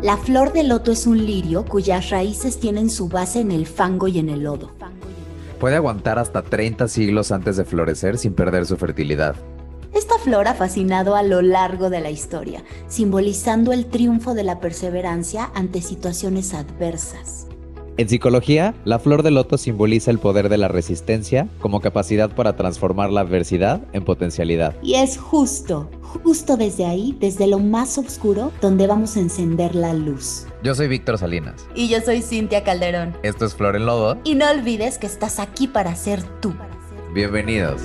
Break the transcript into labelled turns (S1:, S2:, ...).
S1: La flor de loto es un lirio cuyas raíces tienen su base en el fango y en el lodo.
S2: Puede aguantar hasta 30 siglos antes de florecer sin perder su fertilidad.
S1: Esta flor ha fascinado a lo largo de la historia, simbolizando el triunfo de la perseverancia ante situaciones adversas.
S2: En psicología, la flor de loto simboliza el poder de la resistencia como capacidad para transformar la adversidad en potencialidad.
S1: Y es justo, justo desde ahí, desde lo más oscuro, donde vamos a encender la luz.
S2: Yo soy Víctor Salinas.
S3: Y yo soy Cintia Calderón.
S2: Esto es Flor en Lodo.
S1: Y no olvides que estás aquí para ser tú.
S2: Bienvenidos.